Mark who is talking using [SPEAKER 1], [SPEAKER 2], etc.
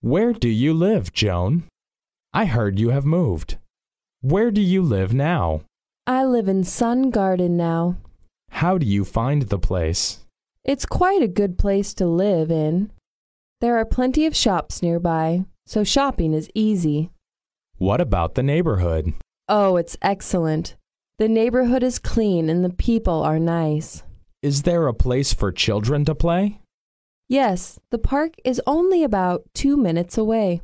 [SPEAKER 1] Where do you live, Joan? I heard you have moved. Where do you live now?
[SPEAKER 2] I live in Sun Garden now.
[SPEAKER 1] How do you find the place?
[SPEAKER 2] It's quite a good place to live in. There are plenty of shops nearby, so shopping is easy.
[SPEAKER 1] What about the neighborhood?
[SPEAKER 2] Oh, it's excellent. The neighborhood is clean and the people are nice.
[SPEAKER 1] Is there a place for children to play?
[SPEAKER 2] Yes, the park is only about two minutes away.